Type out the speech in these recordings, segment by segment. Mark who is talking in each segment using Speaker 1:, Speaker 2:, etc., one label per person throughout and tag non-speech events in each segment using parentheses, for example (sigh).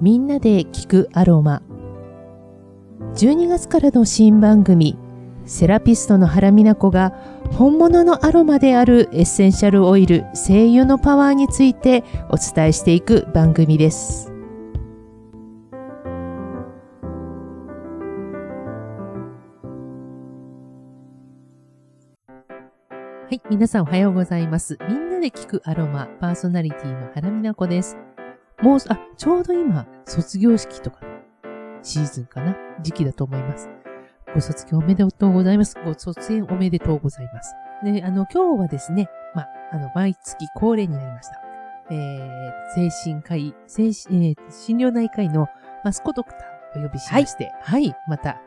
Speaker 1: みんなで聞くアロマ12月からの新番組セラピストの原美奈子が本物のアロマであるエッセンシャルオイル精油のパワーについてお伝えしていく番組ですはい、皆さんおはようございます。みんなで聞くアロマ、パーソナリティの原美奈子です。もう、あ、ちょうど今、卒業式とか、シーズンかな時期だと思います。ご卒業おめでとうございます。ご卒園おめでとうございます。で、あの、今日はですね、まあ、あの、毎月恒例になりました。えー、精神科医、精神、えー、診療内科医のマスコドクターをお呼びしまして、はい、また、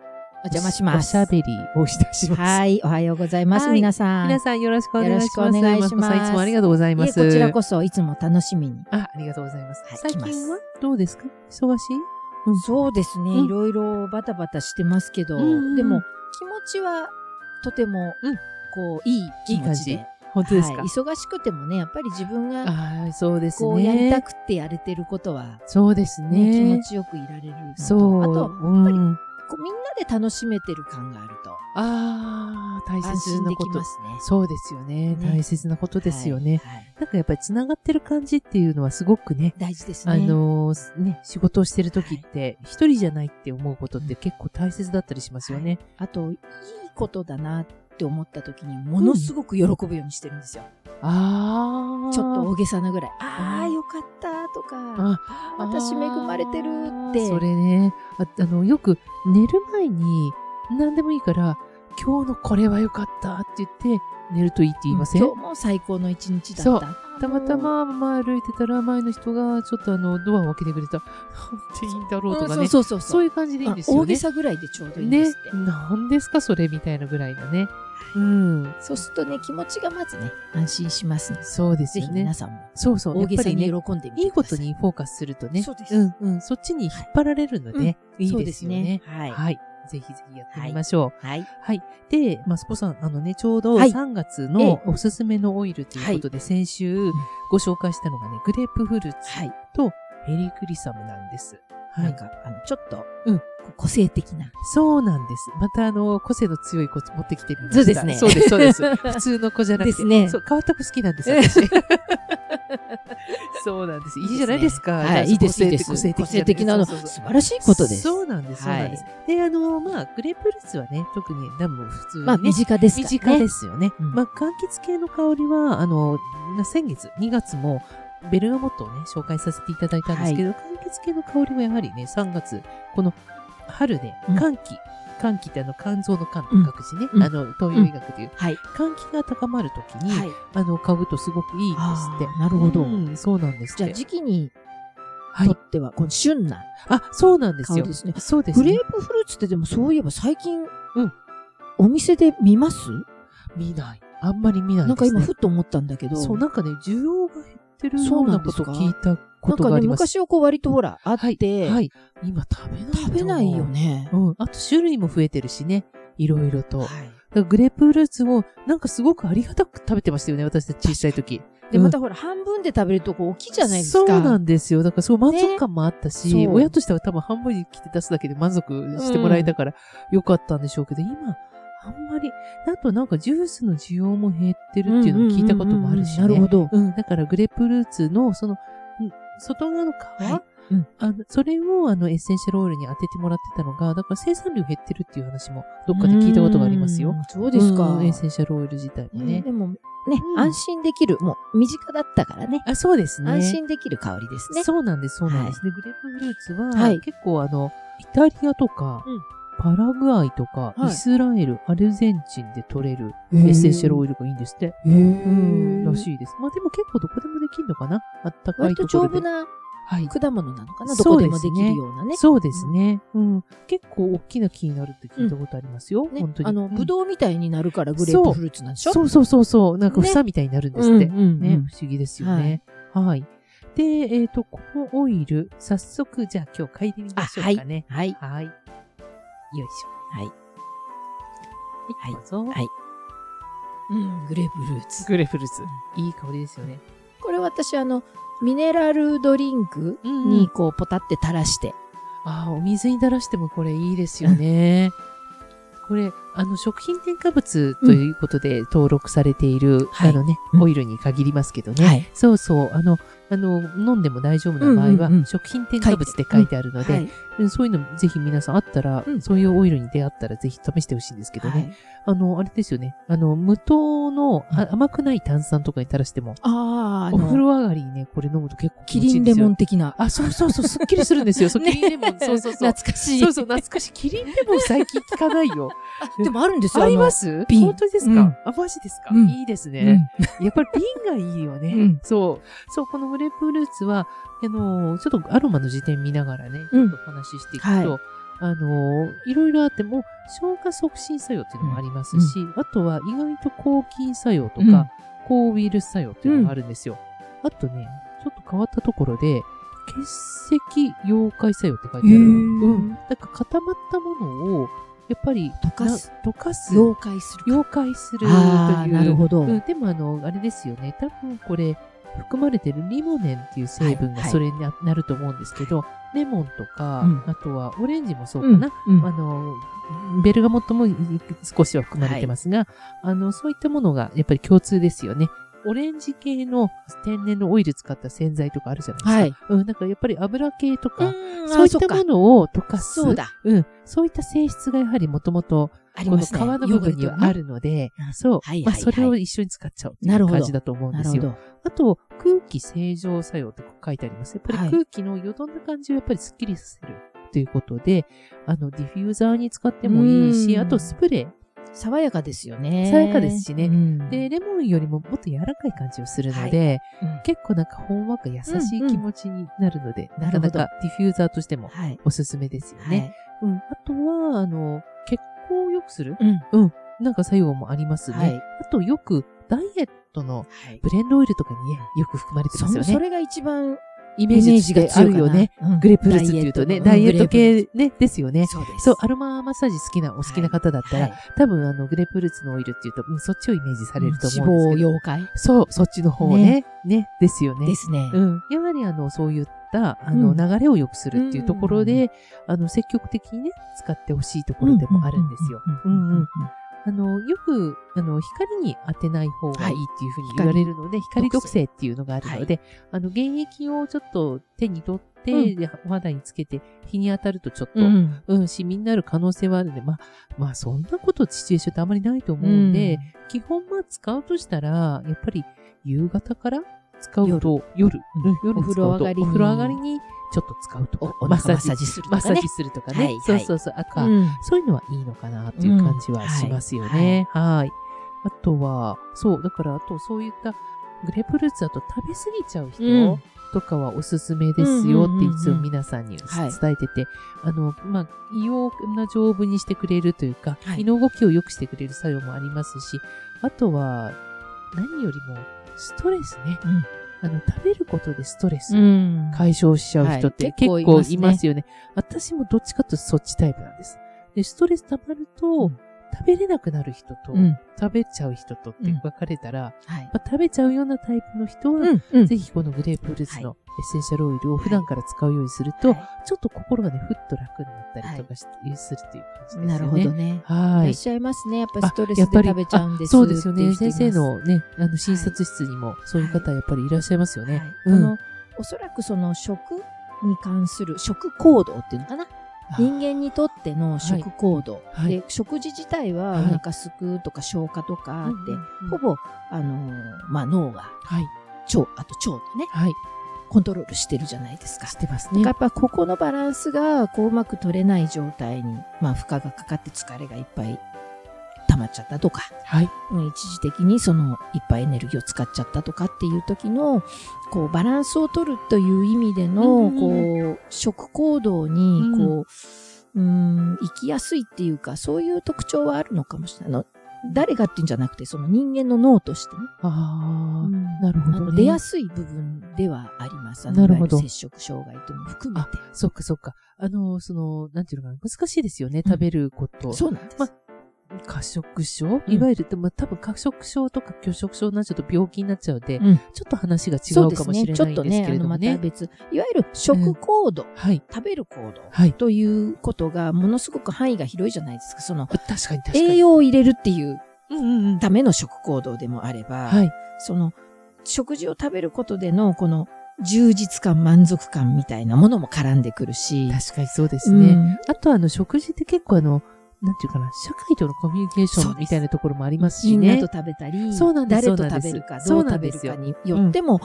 Speaker 2: お邪魔します。
Speaker 1: おしゃべりをいたします。
Speaker 2: はい、おはようございます、
Speaker 1: はい
Speaker 2: 皆さん。
Speaker 1: 皆さんよろしくお願いします。
Speaker 2: よろしくお願いします
Speaker 1: マスコさんいつもありがとうございま
Speaker 2: いえ
Speaker 1: す。
Speaker 2: こちらこそいつも楽しみに。
Speaker 1: あ、ありがとうございます。
Speaker 2: はい
Speaker 1: 最
Speaker 2: 来ます
Speaker 1: 近はどうですか忙しいうん
Speaker 2: そうですね、
Speaker 1: うん
Speaker 2: いろいろバタバタしてますけど、
Speaker 1: うんうん
Speaker 2: でも気持ちはとても、
Speaker 1: うん
Speaker 2: こう、いい
Speaker 1: い
Speaker 2: 気持ちで。
Speaker 1: い感じ本当ですか、
Speaker 2: はい忙しくてもね、やっぱり自分が
Speaker 1: ああ、そうですね。
Speaker 2: こうやりたくってやれてることは、
Speaker 1: そうです
Speaker 2: ね
Speaker 1: ね。
Speaker 2: 気持ちよくいられるのと。
Speaker 1: そう。
Speaker 2: あと、
Speaker 1: うん
Speaker 2: やっぱりこうみんなで楽しめてる感があると、
Speaker 1: ああ、大
Speaker 2: 安
Speaker 1: 切
Speaker 2: 心
Speaker 1: な
Speaker 2: で
Speaker 1: こ
Speaker 2: き
Speaker 1: と
Speaker 2: ま。すね。
Speaker 1: そうですよね
Speaker 2: ね
Speaker 1: 大切なことですよね。
Speaker 2: はいはい
Speaker 1: なんかやっぱり繋がってる感じっていうのはすごくね、
Speaker 2: 大事ですね。
Speaker 1: あのーね、仕事をしてる時って、一人じゃないって思うことって結構大切だったりしますよね。
Speaker 2: あと、いいことだなって思った時に、ものすごく喜ぶようにしてるんですよ。
Speaker 1: ああ。
Speaker 2: ちょっと大げさなぐらい。あ
Speaker 1: あ
Speaker 2: あ、
Speaker 1: ー
Speaker 2: よかったとか、
Speaker 1: あ
Speaker 2: あー私恵まれてるって。
Speaker 1: それねああのよく寝る前に何でもいいから今日のこれは良かったって言って寝るといいって言いません、
Speaker 2: 今日も最高の一日だった。
Speaker 1: そう
Speaker 2: あー
Speaker 1: たまた、ま前歩いてたら前の人がちょっとあのドアを開けてくれたなんていいんだろ
Speaker 2: も
Speaker 1: う
Speaker 2: う
Speaker 1: とかね、
Speaker 2: うん
Speaker 1: そう
Speaker 2: そうそうそう。
Speaker 1: いう感じでいいんです
Speaker 2: あ
Speaker 1: よね
Speaker 2: 大げさぐらいでちょうどいいんで
Speaker 1: ね
Speaker 2: すって。
Speaker 1: 何ですかそれみたいなぐらいのねうん
Speaker 2: そうするとね、気持ちがまずね、安心しますので、
Speaker 1: そうです
Speaker 2: ぜ
Speaker 1: よ
Speaker 2: ひ
Speaker 1: ね
Speaker 2: 皆さんも
Speaker 1: そうそう
Speaker 2: 大げさに
Speaker 1: やっぱりね
Speaker 2: 喜んでみてください。
Speaker 1: いいことにフォーカスするとね
Speaker 2: そうです
Speaker 1: んうん、そっちに引っ張られるので、
Speaker 2: はい
Speaker 1: いいですよね
Speaker 2: そうですね。はい。
Speaker 1: はい、ぜひぜひやってみましょう、
Speaker 2: はい。
Speaker 1: はい。で、マスコさん、あのね、ちょうど
Speaker 2: はい
Speaker 1: 3月
Speaker 2: え
Speaker 1: の
Speaker 2: え
Speaker 1: おすすめのオイルということで、先週ご紹介したのがね、グレープフルーツ
Speaker 2: はい。
Speaker 1: とヘリクリサムなんです。は
Speaker 2: ないん。か、あの、ちょっと、
Speaker 1: うん
Speaker 2: こう個性的な。
Speaker 1: そうなんです。またあの、個性の強い子持ってきてみました。
Speaker 2: そうですね
Speaker 1: そうです、そう
Speaker 2: (laughs)
Speaker 1: です。普通の子じゃなくて。
Speaker 2: ですね
Speaker 1: そう、変わった子好きなんです、
Speaker 2: (laughs)
Speaker 1: 私。そうなんです。いいじゃないですか。
Speaker 2: はい、いいです、いいです。
Speaker 1: 個性的
Speaker 2: 個性的なの、
Speaker 1: そうそうそう
Speaker 2: 素晴らしいことです。
Speaker 1: そうなんです、そうなんです。で、あの、まあ、グレープフルーツはね、特にダムも普通に、ね。
Speaker 2: まあ、身近ですからね。
Speaker 1: 身近ですよね。
Speaker 2: うん
Speaker 1: まあ、柑橘系の香りは、あの、まあ先月、2月も、ベルガモットをね、紹介させていただいたんですけど、柑橘系の香りはやはりね、3月、この春ね、
Speaker 2: うん
Speaker 1: 寒気、寒気ってあの、肝臓の肝と
Speaker 2: うん
Speaker 1: 書く字ね、
Speaker 2: うん
Speaker 1: あの、東洋医学という、
Speaker 2: はい。
Speaker 1: 肝気が高まるときに、
Speaker 2: はい。
Speaker 1: あの、嗅ぐとすごくいいんです
Speaker 2: あ
Speaker 1: って。
Speaker 2: ーなるほど。
Speaker 1: うん、そうなんですっ
Speaker 2: じゃあ、
Speaker 1: て。
Speaker 2: 時期に
Speaker 1: はい
Speaker 2: とっては、この旬な
Speaker 1: あ、そうなんです
Speaker 2: 香り
Speaker 1: よ
Speaker 2: で。すね。
Speaker 1: そうです
Speaker 2: グ
Speaker 1: ね
Speaker 2: レ。ープフルーツってでもそういえば最近、
Speaker 1: うん
Speaker 2: お店で見ます
Speaker 1: 見ない。あんまり見ないです、ね。
Speaker 2: なんか今ふっと思ったんだけど、
Speaker 1: そう、なんかね、需要が減ってるよ
Speaker 2: そうう
Speaker 1: なん
Speaker 2: なで
Speaker 1: こ
Speaker 2: す
Speaker 1: と
Speaker 2: か
Speaker 1: 聞いたこ
Speaker 2: なん
Speaker 1: と
Speaker 2: か
Speaker 1: があ
Speaker 2: ね、
Speaker 1: ります。
Speaker 2: 昔はこう割とほら、あ
Speaker 1: はい
Speaker 2: って、
Speaker 1: はい。今食べないと思う
Speaker 2: 食べないよ。ね。
Speaker 1: うん。あと種類も増えてるしね。いろいろと。だ
Speaker 2: は
Speaker 1: か
Speaker 2: い
Speaker 1: らグレープフルーツをなんかすごくありがたく食べてましたよね。私たち小さい時。
Speaker 2: で、
Speaker 1: うん
Speaker 2: またほら、半分で食べるとこ大きいじゃないです
Speaker 1: そう
Speaker 2: か。
Speaker 1: なんですよ。だからそう満足感もあったし、
Speaker 2: ねそう
Speaker 1: 親としては多分半分に切って出すだけで満足してもらえたからよかったんでしょうけど、今、あんまり、あとなんかジュースの需要も減ってるっていうのを聞いたこともあるしね。
Speaker 2: うんうんうんうんなるほど。
Speaker 1: うん、だからグレープフルーツの、その、ん外側の皮、
Speaker 2: はいうん
Speaker 1: あのそれをあのエッセンシャルオイルに当ててもらってたのが、だから生産量減ってるっていう話もどっかで聞いたことがありますよ
Speaker 2: う。ん。そうですか。
Speaker 1: うんエッセンシャルオイル自体もね。
Speaker 2: でもね、
Speaker 1: うん
Speaker 2: 安心できる、もう身近だったからね、
Speaker 1: あ、そうですね。
Speaker 2: 安心できる香りですね。
Speaker 1: そうなんです、そうなんです。で、グレープフルーツは、
Speaker 2: はい
Speaker 1: 結構あの、イタリアとか、
Speaker 2: うん
Speaker 1: パラグアイとか、
Speaker 2: はい
Speaker 1: イスラエル、アルゼンチンで取れる
Speaker 2: エ
Speaker 1: エッセンシャルオ
Speaker 2: イ
Speaker 1: イルがいいんですって。
Speaker 2: ル。
Speaker 1: うん、ら
Speaker 2: い。
Speaker 1: しいです。まあでも結構どこでもできるのかなあったかい
Speaker 2: 割
Speaker 1: と
Speaker 2: と
Speaker 1: こ
Speaker 2: 丈
Speaker 1: ろで。
Speaker 2: 夫な
Speaker 1: はい。
Speaker 2: 果物なのかな、ど
Speaker 1: そう
Speaker 2: こ
Speaker 1: で
Speaker 2: です
Speaker 1: ね
Speaker 2: もできるようなね。
Speaker 1: そうですね、うん。結構大きな木になるって聞いたことありますよ。
Speaker 2: ね
Speaker 1: 本当に。
Speaker 2: あの、
Speaker 1: うん
Speaker 2: ぶどうみたいになるからグレープフルーツなんでしょ
Speaker 1: そうそうそうそう。なんか房みたいになるんですって。
Speaker 2: うんうん
Speaker 1: ね、
Speaker 2: うん
Speaker 1: 不思議ですよね。はい。で、えっ、と、このオイル、早速、じゃあ今日嗅いでみましょうかね。
Speaker 2: はい。
Speaker 1: はい。よいし
Speaker 2: は
Speaker 1: ょ。
Speaker 2: い。はい
Speaker 1: どうぞ。
Speaker 2: はいうん、グレープフルーツ。
Speaker 1: グレープフルーツ。いい香りですよね。
Speaker 2: これ私、あの、ミネラルドリンク
Speaker 1: うんうん
Speaker 2: に、こう、ポタって垂らして。
Speaker 1: ああ、お水に垂らしてもこれいいですよ
Speaker 2: (laughs)
Speaker 1: ね。これ、あの、食品添加物ということで登録されている、
Speaker 2: はい
Speaker 1: あのね、
Speaker 2: うん
Speaker 1: オイルに限りますけどね。
Speaker 2: はい
Speaker 1: そうそう、あの、あの、飲んでも大丈夫な場合は、
Speaker 2: うんうんうん
Speaker 1: 食品添加物って書いてあるので、
Speaker 2: はい。
Speaker 1: うんそういうのぜひ皆さんあったら、
Speaker 2: うん
Speaker 1: そういうオイルに出会ったらぜひ試してほしいんですけどね。
Speaker 2: はい
Speaker 1: あの、あれですよね。あの、無糖のあ甘くない炭酸とかに垂らしても、
Speaker 2: あー、
Speaker 1: お
Speaker 2: あ
Speaker 1: 風
Speaker 2: の、
Speaker 1: 呂上がりにね、これ飲むと結構気
Speaker 2: キ
Speaker 1: 持ちい
Speaker 2: リ
Speaker 1: いん
Speaker 2: ン
Speaker 1: で
Speaker 2: レ
Speaker 1: すよ。
Speaker 2: モン的な。
Speaker 1: あ、そうそうそう、すっきりするんですよ。そう、キリンレモン。そうそうそう。
Speaker 2: 懐かしい。
Speaker 1: そうそう、懐かしい。キリンレモン最近聞かないよ。
Speaker 2: あでもあるんですよ。。
Speaker 1: (laughs) ありますす
Speaker 2: 瓶
Speaker 1: 本当ですか、
Speaker 2: うん
Speaker 1: あ、マジですか、
Speaker 2: うん
Speaker 1: いいです
Speaker 2: う
Speaker 1: ね
Speaker 2: ん。
Speaker 1: やっぱり瓶がいいよね。
Speaker 2: うん
Speaker 1: そう。そう、このグレープフルーツは、あのー、ちょっとアロマの辞典見ながらね、ち
Speaker 2: う
Speaker 1: ょっ
Speaker 2: ん
Speaker 1: とお話ししていくと、
Speaker 2: はい
Speaker 1: あのー、いろいろあっても、消化促進作用っていうのもありますし、あとは意外と抗菌作用と
Speaker 2: うん
Speaker 1: か、抗ウイルス作用っていうのもあるんですよ。あとね、ちょっと変わったところで、血石溶解作用って書いてある。
Speaker 2: へ
Speaker 1: う
Speaker 2: ー
Speaker 1: ん。なんか固まったものを、やっぱり
Speaker 2: 溶かす。
Speaker 1: な溶かす。
Speaker 2: 妖怪する。
Speaker 1: 妖解すると
Speaker 2: ああ、
Speaker 1: いう。
Speaker 2: なるほど。
Speaker 1: うん、でもあの、あれですよね。多分これ、含まれてるリモネンっていう成分が
Speaker 2: はい
Speaker 1: それにな,、なると思うんですけど、レモンとか、
Speaker 2: うん
Speaker 1: あとはオレンジもそうか
Speaker 2: うん
Speaker 1: な。
Speaker 2: うん
Speaker 1: あの、ベルガモットも少しは含まれてますが、あの、そういったものがやっぱり共通ですよね。オレンジ系の天然のオイル使った洗剤とかあるじゃないですか。
Speaker 2: はい。
Speaker 1: うん、なんかやっぱり油系とか、
Speaker 2: うん
Speaker 1: そういっ
Speaker 2: あ
Speaker 1: た
Speaker 2: か
Speaker 1: ものを溶かす。
Speaker 2: そうだ。
Speaker 1: うん。そういった性質がやはりもともと
Speaker 2: あり
Speaker 1: この
Speaker 2: ます
Speaker 1: 皮
Speaker 2: ね。
Speaker 1: の部分に
Speaker 2: ヨーグルト
Speaker 1: は
Speaker 2: ね
Speaker 1: あ。るので
Speaker 2: う、ん
Speaker 1: そう
Speaker 2: はいはい。
Speaker 1: まあ
Speaker 2: はい
Speaker 1: それを一緒に使っちゃうってい
Speaker 2: なる
Speaker 1: う
Speaker 2: ほど
Speaker 1: 感じだと思うん
Speaker 2: な
Speaker 1: で
Speaker 2: る
Speaker 1: す
Speaker 2: ほ
Speaker 1: よ。
Speaker 2: ど。
Speaker 1: あと、空気清浄作用って書いてあります。やっぱり
Speaker 2: はい
Speaker 1: 空気のよどんだ感じをやっぱりスッキリさせるということで、あの、ディフューザーに使ってもいいし、
Speaker 2: うん
Speaker 1: あとスプレ
Speaker 2: 爽やかですよね。
Speaker 1: 爽やかですしね
Speaker 2: うん
Speaker 1: ー。で、レモンよりももっと柔らかい感じをするので、
Speaker 2: うん
Speaker 1: 結構なんかほんわか優しい
Speaker 2: うんうん
Speaker 1: 気持ちになるので、
Speaker 2: な
Speaker 1: なか
Speaker 2: るほ
Speaker 1: な
Speaker 2: ど
Speaker 1: かディフューザーとしても
Speaker 2: はい。
Speaker 1: おすすめですよね。
Speaker 2: ね。
Speaker 1: うん。あとは、あの、血行を良くする、
Speaker 2: うん。
Speaker 1: なんか作用もありますね。
Speaker 2: はい。
Speaker 1: あとよくダイエットのブレンドオイルとかにね、よく含まれてますよ
Speaker 2: そ
Speaker 1: ね。
Speaker 2: それが一番
Speaker 1: イ
Speaker 2: イ
Speaker 1: メージがあるよね。。グレープフルーツっていうとね、ダイエット系ね、ですよね。
Speaker 2: そうです。
Speaker 1: そう、アロママッサージ好きな、お好きな方だったら、
Speaker 2: はい
Speaker 1: 多分あの、グレープフルーツのオイルっていうと、うんそっちをイメージされると思うんですけ
Speaker 2: 脂肪
Speaker 1: ど。
Speaker 2: 溶解
Speaker 1: そう、そっちの方ね。ね、ですよね。
Speaker 2: ですね。
Speaker 1: うん。やはりあの、そういった、あ
Speaker 2: う
Speaker 1: の、
Speaker 2: ん
Speaker 1: 流れを良くするっていうところで、あの、積極的にね、使ってほしいところでもあるんですよ。
Speaker 2: うんうんうんうん。
Speaker 1: あの、よく、あの、光に当てない方がいいっていうふうに言われるので、光
Speaker 2: 光
Speaker 1: 毒性っていうのがあるので、あの、原液をちょっと手に取って、
Speaker 2: うん
Speaker 1: でお肌につけて、日に当たるとちょっと、
Speaker 2: う
Speaker 1: うん、
Speaker 2: ん
Speaker 1: シミになる可能性はあるので、まあ、まあ、そんなことシチュエーションってあまりないと思
Speaker 2: う
Speaker 1: うん
Speaker 2: ん
Speaker 1: で、、基本まあ、使うとしたら、やっぱり、夕方から使うと、夜、
Speaker 2: うん
Speaker 1: うん夜
Speaker 2: お風呂上がり
Speaker 1: 使
Speaker 2: に
Speaker 1: うとお風呂上がりに、ちょっと使うと
Speaker 2: お
Speaker 1: か、
Speaker 2: お腹マッサージすると
Speaker 1: マッ
Speaker 2: か
Speaker 1: サー
Speaker 2: ね
Speaker 1: ジ。するとか
Speaker 2: は
Speaker 1: ね
Speaker 2: い。
Speaker 1: そう
Speaker 2: はい
Speaker 1: そうそう、赤。
Speaker 2: うん
Speaker 1: そういうのはいいのかなっていう感じはしますよね。はいあとは、そう、だから、あとそういったグレープフルーツだと食べ過ぎちゃう
Speaker 2: う
Speaker 1: 人
Speaker 2: ん
Speaker 1: とかはおすすめですよっていつ
Speaker 2: うんうんうんう
Speaker 1: も
Speaker 2: ん
Speaker 1: 皆さんに
Speaker 2: はい
Speaker 1: 伝えてて、あの、まあ、胃をな丈夫にしてくれるというか、
Speaker 2: はい
Speaker 1: 胃の動きを良くしてくれる作用もありますし、あとは、何よりもストレスね。
Speaker 2: うん
Speaker 1: あの、食べることでストレス
Speaker 2: うん
Speaker 1: 解消しちゃう人って
Speaker 2: はい
Speaker 1: 結
Speaker 2: 結
Speaker 1: 構
Speaker 2: 構
Speaker 1: い
Speaker 2: い
Speaker 1: ま,、
Speaker 2: ますすね
Speaker 1: よね。私もどっちかというとそっちタイプなんです。で、ストレス溜まると、
Speaker 2: うん
Speaker 1: 食べれなくなる人と、
Speaker 2: うん
Speaker 1: 食べちゃう人とって分かれたら、
Speaker 2: はい。
Speaker 1: まあ、食べちゃうようなタイプの人は、
Speaker 2: うんうん
Speaker 1: ぜひこのグレープフルーツのエッセンシャルオイルを普段から使うようにすると、ちょっと心がね、ふっと楽になったりとかし、するっていう感じですよね。
Speaker 2: なるほど。ね。
Speaker 1: はい
Speaker 2: らっ
Speaker 1: い。
Speaker 2: しゃいますね。やっぱ
Speaker 1: あ
Speaker 2: ストレスで食べちゃうんです。
Speaker 1: そうですよね。
Speaker 2: ってい
Speaker 1: 先
Speaker 2: う人い
Speaker 1: 生
Speaker 2: ます
Speaker 1: のね、あの、診察室にも、そういう方やっぱりいらっしゃいますよね。
Speaker 2: はい
Speaker 1: うん
Speaker 2: あのおそらくその食に関する食行動っていうのかな人間にとっての食行動、
Speaker 1: はい
Speaker 2: で食事自体は
Speaker 1: は
Speaker 2: お
Speaker 1: い
Speaker 2: 腹すくとか消化とかあ
Speaker 1: あー
Speaker 2: って、
Speaker 1: うんうんう
Speaker 2: ほ
Speaker 1: ん
Speaker 2: ぼ、あのーまあ、脳が
Speaker 1: はい。
Speaker 2: 腸あと腸とね
Speaker 1: はい。
Speaker 2: コントロールしてるじゃないですか。
Speaker 1: してます
Speaker 2: だ
Speaker 1: ね
Speaker 2: からや。っぱここのバランスがこううまく取れない状態に、まあ、負荷がかかって疲れがいっぱい溜まっちゃったとか、
Speaker 1: はい。
Speaker 2: うん一時的にそのいっぱいエネルギーを使っちゃったとかっていう時のこうバランスを取るという意味で
Speaker 1: うん
Speaker 2: の
Speaker 1: うん
Speaker 2: こう食行動に
Speaker 1: うん
Speaker 2: こううーん生きやすいっていうかそういう特徴はあるのかもしれないあの誰がっていうんじゃなくてその人間の脳としてね
Speaker 1: ああ、な
Speaker 2: な
Speaker 1: るほど、ね。
Speaker 2: 出やすい部分ではありますあの
Speaker 1: なるほど
Speaker 2: いわゆる接触障害というのも含めて
Speaker 1: そっかそっか。あの、その、なんていうのかな、難しいですよね、
Speaker 2: うん
Speaker 1: 食べること。
Speaker 2: そうなんです、
Speaker 1: ま過食症、
Speaker 2: うん
Speaker 1: いわゆる、でも多分過食症とか拒食症になっちゃうと病気になっちゃうので、
Speaker 2: うん
Speaker 1: ちょっと話が違
Speaker 2: そう
Speaker 1: う
Speaker 2: で
Speaker 1: か
Speaker 2: す
Speaker 1: もし
Speaker 2: ね。
Speaker 1: れ
Speaker 2: ち
Speaker 1: ない
Speaker 2: ょっ
Speaker 1: ん
Speaker 2: と
Speaker 1: です
Speaker 2: ね、
Speaker 1: け
Speaker 2: あ
Speaker 1: れど
Speaker 2: の、
Speaker 1: も
Speaker 2: ま
Speaker 1: ね。
Speaker 2: た別。いわゆる食行動、
Speaker 1: はい。
Speaker 2: 食べる行動
Speaker 1: はい。
Speaker 2: ということが、ものすごく範囲が広いじゃないですか。その、
Speaker 1: 確かに確かに。
Speaker 2: 栄養を入れるっていう
Speaker 1: うんうんうん。
Speaker 2: ための食行動でもあれば、
Speaker 1: はい。
Speaker 2: その、食事を食べることでの、この、充実感、満足感みたいなものも絡んでくるし、
Speaker 1: 確かにそうですね。
Speaker 2: うん
Speaker 1: あとあの、食事って結構あの、なんていうかな、社会とのコミュニケーシ
Speaker 2: そ
Speaker 1: ョ
Speaker 2: う
Speaker 1: ン
Speaker 2: です
Speaker 1: みたいなところもありますし
Speaker 2: みん
Speaker 1: ね。
Speaker 2: なと食べたり、
Speaker 1: そうなんです
Speaker 2: 誰と
Speaker 1: そうなん
Speaker 2: 食
Speaker 1: です
Speaker 2: べるか、
Speaker 1: そ
Speaker 2: ど
Speaker 1: う
Speaker 2: う
Speaker 1: な
Speaker 2: 食
Speaker 1: んで
Speaker 2: べ
Speaker 1: す
Speaker 2: る
Speaker 1: よ
Speaker 2: かによっても、ね、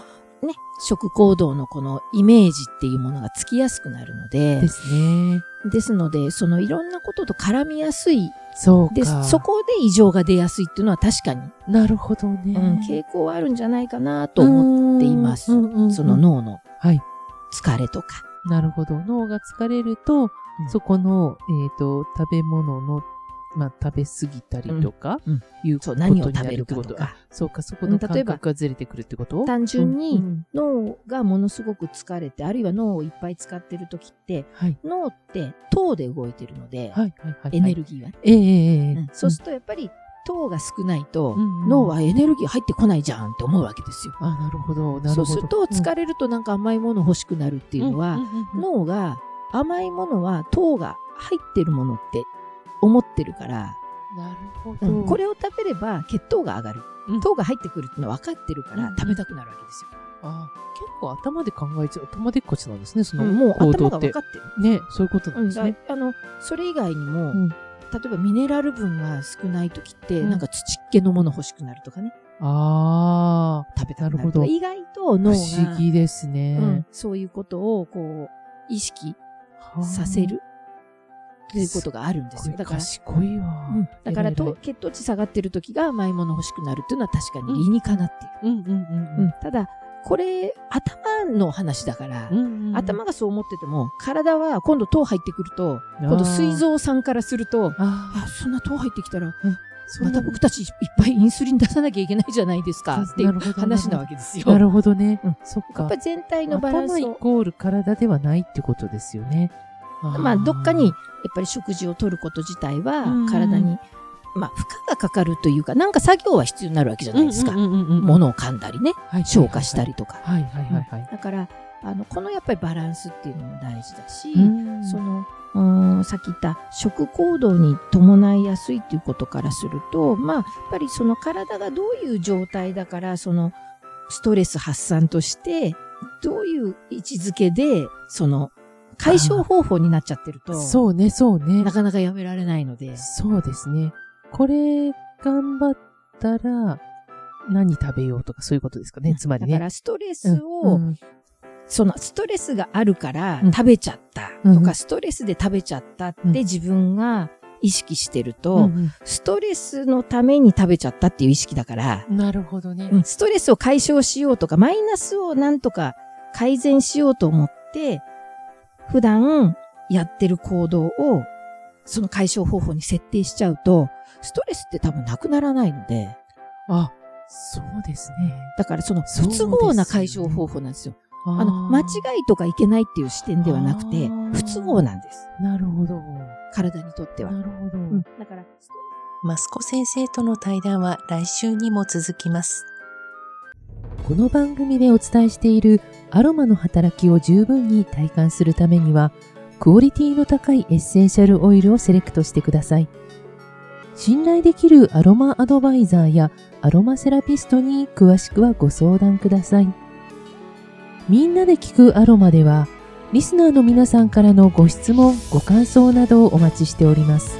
Speaker 2: 食行動のこのイメージっていうものがつきやすくなるので
Speaker 1: で、すね。
Speaker 2: ですので、そのいろんなことと絡みやすい、
Speaker 1: そう
Speaker 2: で、
Speaker 1: か。
Speaker 2: そこで異常が出やすいっていうのは確かに、
Speaker 1: なるほどね。
Speaker 2: うん傾向はあるんじゃないかなと思っています。
Speaker 1: うんうんうんうん
Speaker 2: その脳の
Speaker 1: はい。
Speaker 2: 疲れとか。
Speaker 1: なるほど。脳が疲れると、
Speaker 2: ん
Speaker 1: そこの、えっ、と、食べ物の、まあ、食べ過ぎたりとか、
Speaker 2: うん
Speaker 1: いう
Speaker 2: そ
Speaker 1: こ
Speaker 2: う
Speaker 1: とにな
Speaker 2: 何を
Speaker 1: る
Speaker 2: 食べ
Speaker 1: っ
Speaker 2: る
Speaker 1: て
Speaker 2: か
Speaker 1: こと
Speaker 2: か
Speaker 1: あそうか、そこの感
Speaker 2: 例えば
Speaker 1: 覚がずれてくるってこと
Speaker 2: 単純に
Speaker 1: うんうん
Speaker 2: 脳がものすごく疲れて、あるいは脳をいっぱい使ってる時って、
Speaker 1: はい。
Speaker 2: 脳って糖で動いてるので、
Speaker 1: はい、はい、はい。
Speaker 2: エネ
Speaker 1: ギ
Speaker 2: ルギーはね。
Speaker 1: ー。ええええええ
Speaker 2: うんそうするとやっぱり糖が少ないと、
Speaker 1: うんうん
Speaker 2: 脳はエネルギー入ってこないじゃんって思うわけですよ。
Speaker 1: あ、なるほど、なるほ
Speaker 2: そ
Speaker 1: ど。
Speaker 2: うすると疲れるとなんか甘いもの欲しくなるっていうのは、
Speaker 1: うんうんうんうん
Speaker 2: 脳が甘いものは糖が入ってるものって思ってるから、
Speaker 1: なるほ
Speaker 2: うん
Speaker 1: ど。
Speaker 2: これを食べれば血糖が上がる、
Speaker 1: うん
Speaker 2: 糖が入ってくるっていうのは分かってるか
Speaker 1: う
Speaker 2: ら
Speaker 1: ん
Speaker 2: 食べたくなるわけですよ。
Speaker 1: あ結構頭で考えちゃう、頭でっかちなんですね、その
Speaker 2: うんもう
Speaker 1: 行動
Speaker 2: 頭
Speaker 1: っ
Speaker 2: が
Speaker 1: て。
Speaker 2: 分かってる。
Speaker 1: ね、そういうことな
Speaker 2: うんん
Speaker 1: です
Speaker 2: だ
Speaker 1: ね。
Speaker 2: あのそれ以外にも、
Speaker 1: うん
Speaker 2: 例えばミネラル分が少ない時って、
Speaker 1: うん
Speaker 2: なんか土っ気のもの欲しくなるとかね
Speaker 1: ああ、
Speaker 2: 食べたく
Speaker 1: な
Speaker 2: な
Speaker 1: る
Speaker 2: る
Speaker 1: ほ
Speaker 2: と
Speaker 1: ど
Speaker 2: か意外
Speaker 1: 不
Speaker 2: と脳が
Speaker 1: 思議ですね。
Speaker 2: うん、そういうことをこう意識
Speaker 1: はあ
Speaker 2: させるということがあるんですよ。
Speaker 1: これ
Speaker 2: だから、
Speaker 1: 賢いわ。
Speaker 2: うんだから
Speaker 1: 偉い偉
Speaker 2: と
Speaker 1: い
Speaker 2: 血糖値下がってる時が甘いもの欲しくなるっていうのは確かに理にかなってい
Speaker 1: うんうんうん
Speaker 2: る。ただこれ頭の話だから
Speaker 1: う、んうん。
Speaker 2: 頭がそう思ってても体は今度糖入ってくると
Speaker 1: あー、
Speaker 2: 今度膵臓さんからすると
Speaker 1: あー
Speaker 2: あそんな糖入ってきたら
Speaker 1: そ
Speaker 2: ま
Speaker 1: うな
Speaker 2: た
Speaker 1: ん
Speaker 2: 僕たちいっぱいインスリン出さなきゃいけないじゃないですかっていう
Speaker 1: なるほど
Speaker 2: 話なわけですよ。
Speaker 1: なるほどね
Speaker 2: うん。
Speaker 1: そっ
Speaker 2: やっ
Speaker 1: か
Speaker 2: ぱ。り全体のバランス
Speaker 1: 頭イ
Speaker 2: を
Speaker 1: コール体ではないってことですよね。ー
Speaker 2: まあ、どっかに、やっぱり食事を取ること自体は
Speaker 1: うん
Speaker 2: 体に、まあ、負荷がかかるというか、なんか作業は必要になるわけじゃないですか。
Speaker 1: 物
Speaker 2: 物を噛んだりね、消化した。りとか。
Speaker 1: はいはいはいはい。
Speaker 2: だから、あの、このやっぱりバランスっていうのも大事だし、
Speaker 1: うん
Speaker 2: その、うーんさっき言った食行動に伴いやすいっていうことからすると、まあ、やっぱりその体がどういう状態だから、そのストレス発散として、どういう位置づけで、その解消方法になっちゃってると、
Speaker 1: そうね、そうね
Speaker 2: な。かなかやめられないので。
Speaker 1: そうですね。これ、頑張ったら、何食べようとかそういうことですかね。つまり
Speaker 2: だ
Speaker 1: ね
Speaker 2: か。らストレスを、
Speaker 1: うんうん
Speaker 2: そのストレスがあるから
Speaker 1: うん
Speaker 2: 食べちゃった
Speaker 1: うん
Speaker 2: とか、ストレスで食べちゃったって
Speaker 1: うん
Speaker 2: 自分が意識してると、
Speaker 1: うん
Speaker 2: ストレスのために食べちゃったっていう意識だから、
Speaker 1: うんなるほどね
Speaker 2: う。んストレスを解消しようとか、マイナスをなんとか改善しようと思って、普段やってる行動を、その解消方法に設定しちゃうと、ストレスって多分なくならないので、
Speaker 1: あ、そうですね。
Speaker 2: だからその
Speaker 1: そう
Speaker 2: 不
Speaker 1: ですよ
Speaker 2: 都
Speaker 1: ね
Speaker 2: 合な解消方法なんですよ。
Speaker 1: あ
Speaker 2: あの、間違
Speaker 1: い。
Speaker 2: いとかいけないっていう視点ではなくて
Speaker 1: あー、
Speaker 2: 不都合なんです。
Speaker 1: なるほど。
Speaker 2: 体にとっては。
Speaker 1: なるほど。
Speaker 2: うんだから、
Speaker 3: マスコ先生との対談は来週にも続きます。
Speaker 1: この番組でお伝えしているアロマの働きを十分に体感するためにはクオリティの高いエッセンシャルオイルをセレクトしてください信頼できるアロマアドバイザーやアロマセラピストに詳しくはご相談くださいみんなで聞くアロマではリスナーの皆さんからのご質問ご感想などをお待ちしております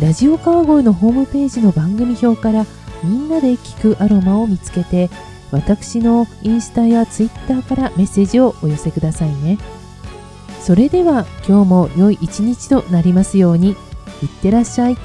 Speaker 1: ラジオ川越のホームページの番組表からみんなで聞くアロマを見つけて私のインスタやツイッターからメッセージをお寄せくださいねそれでは今日も良い一日となりますようにいってらっしゃい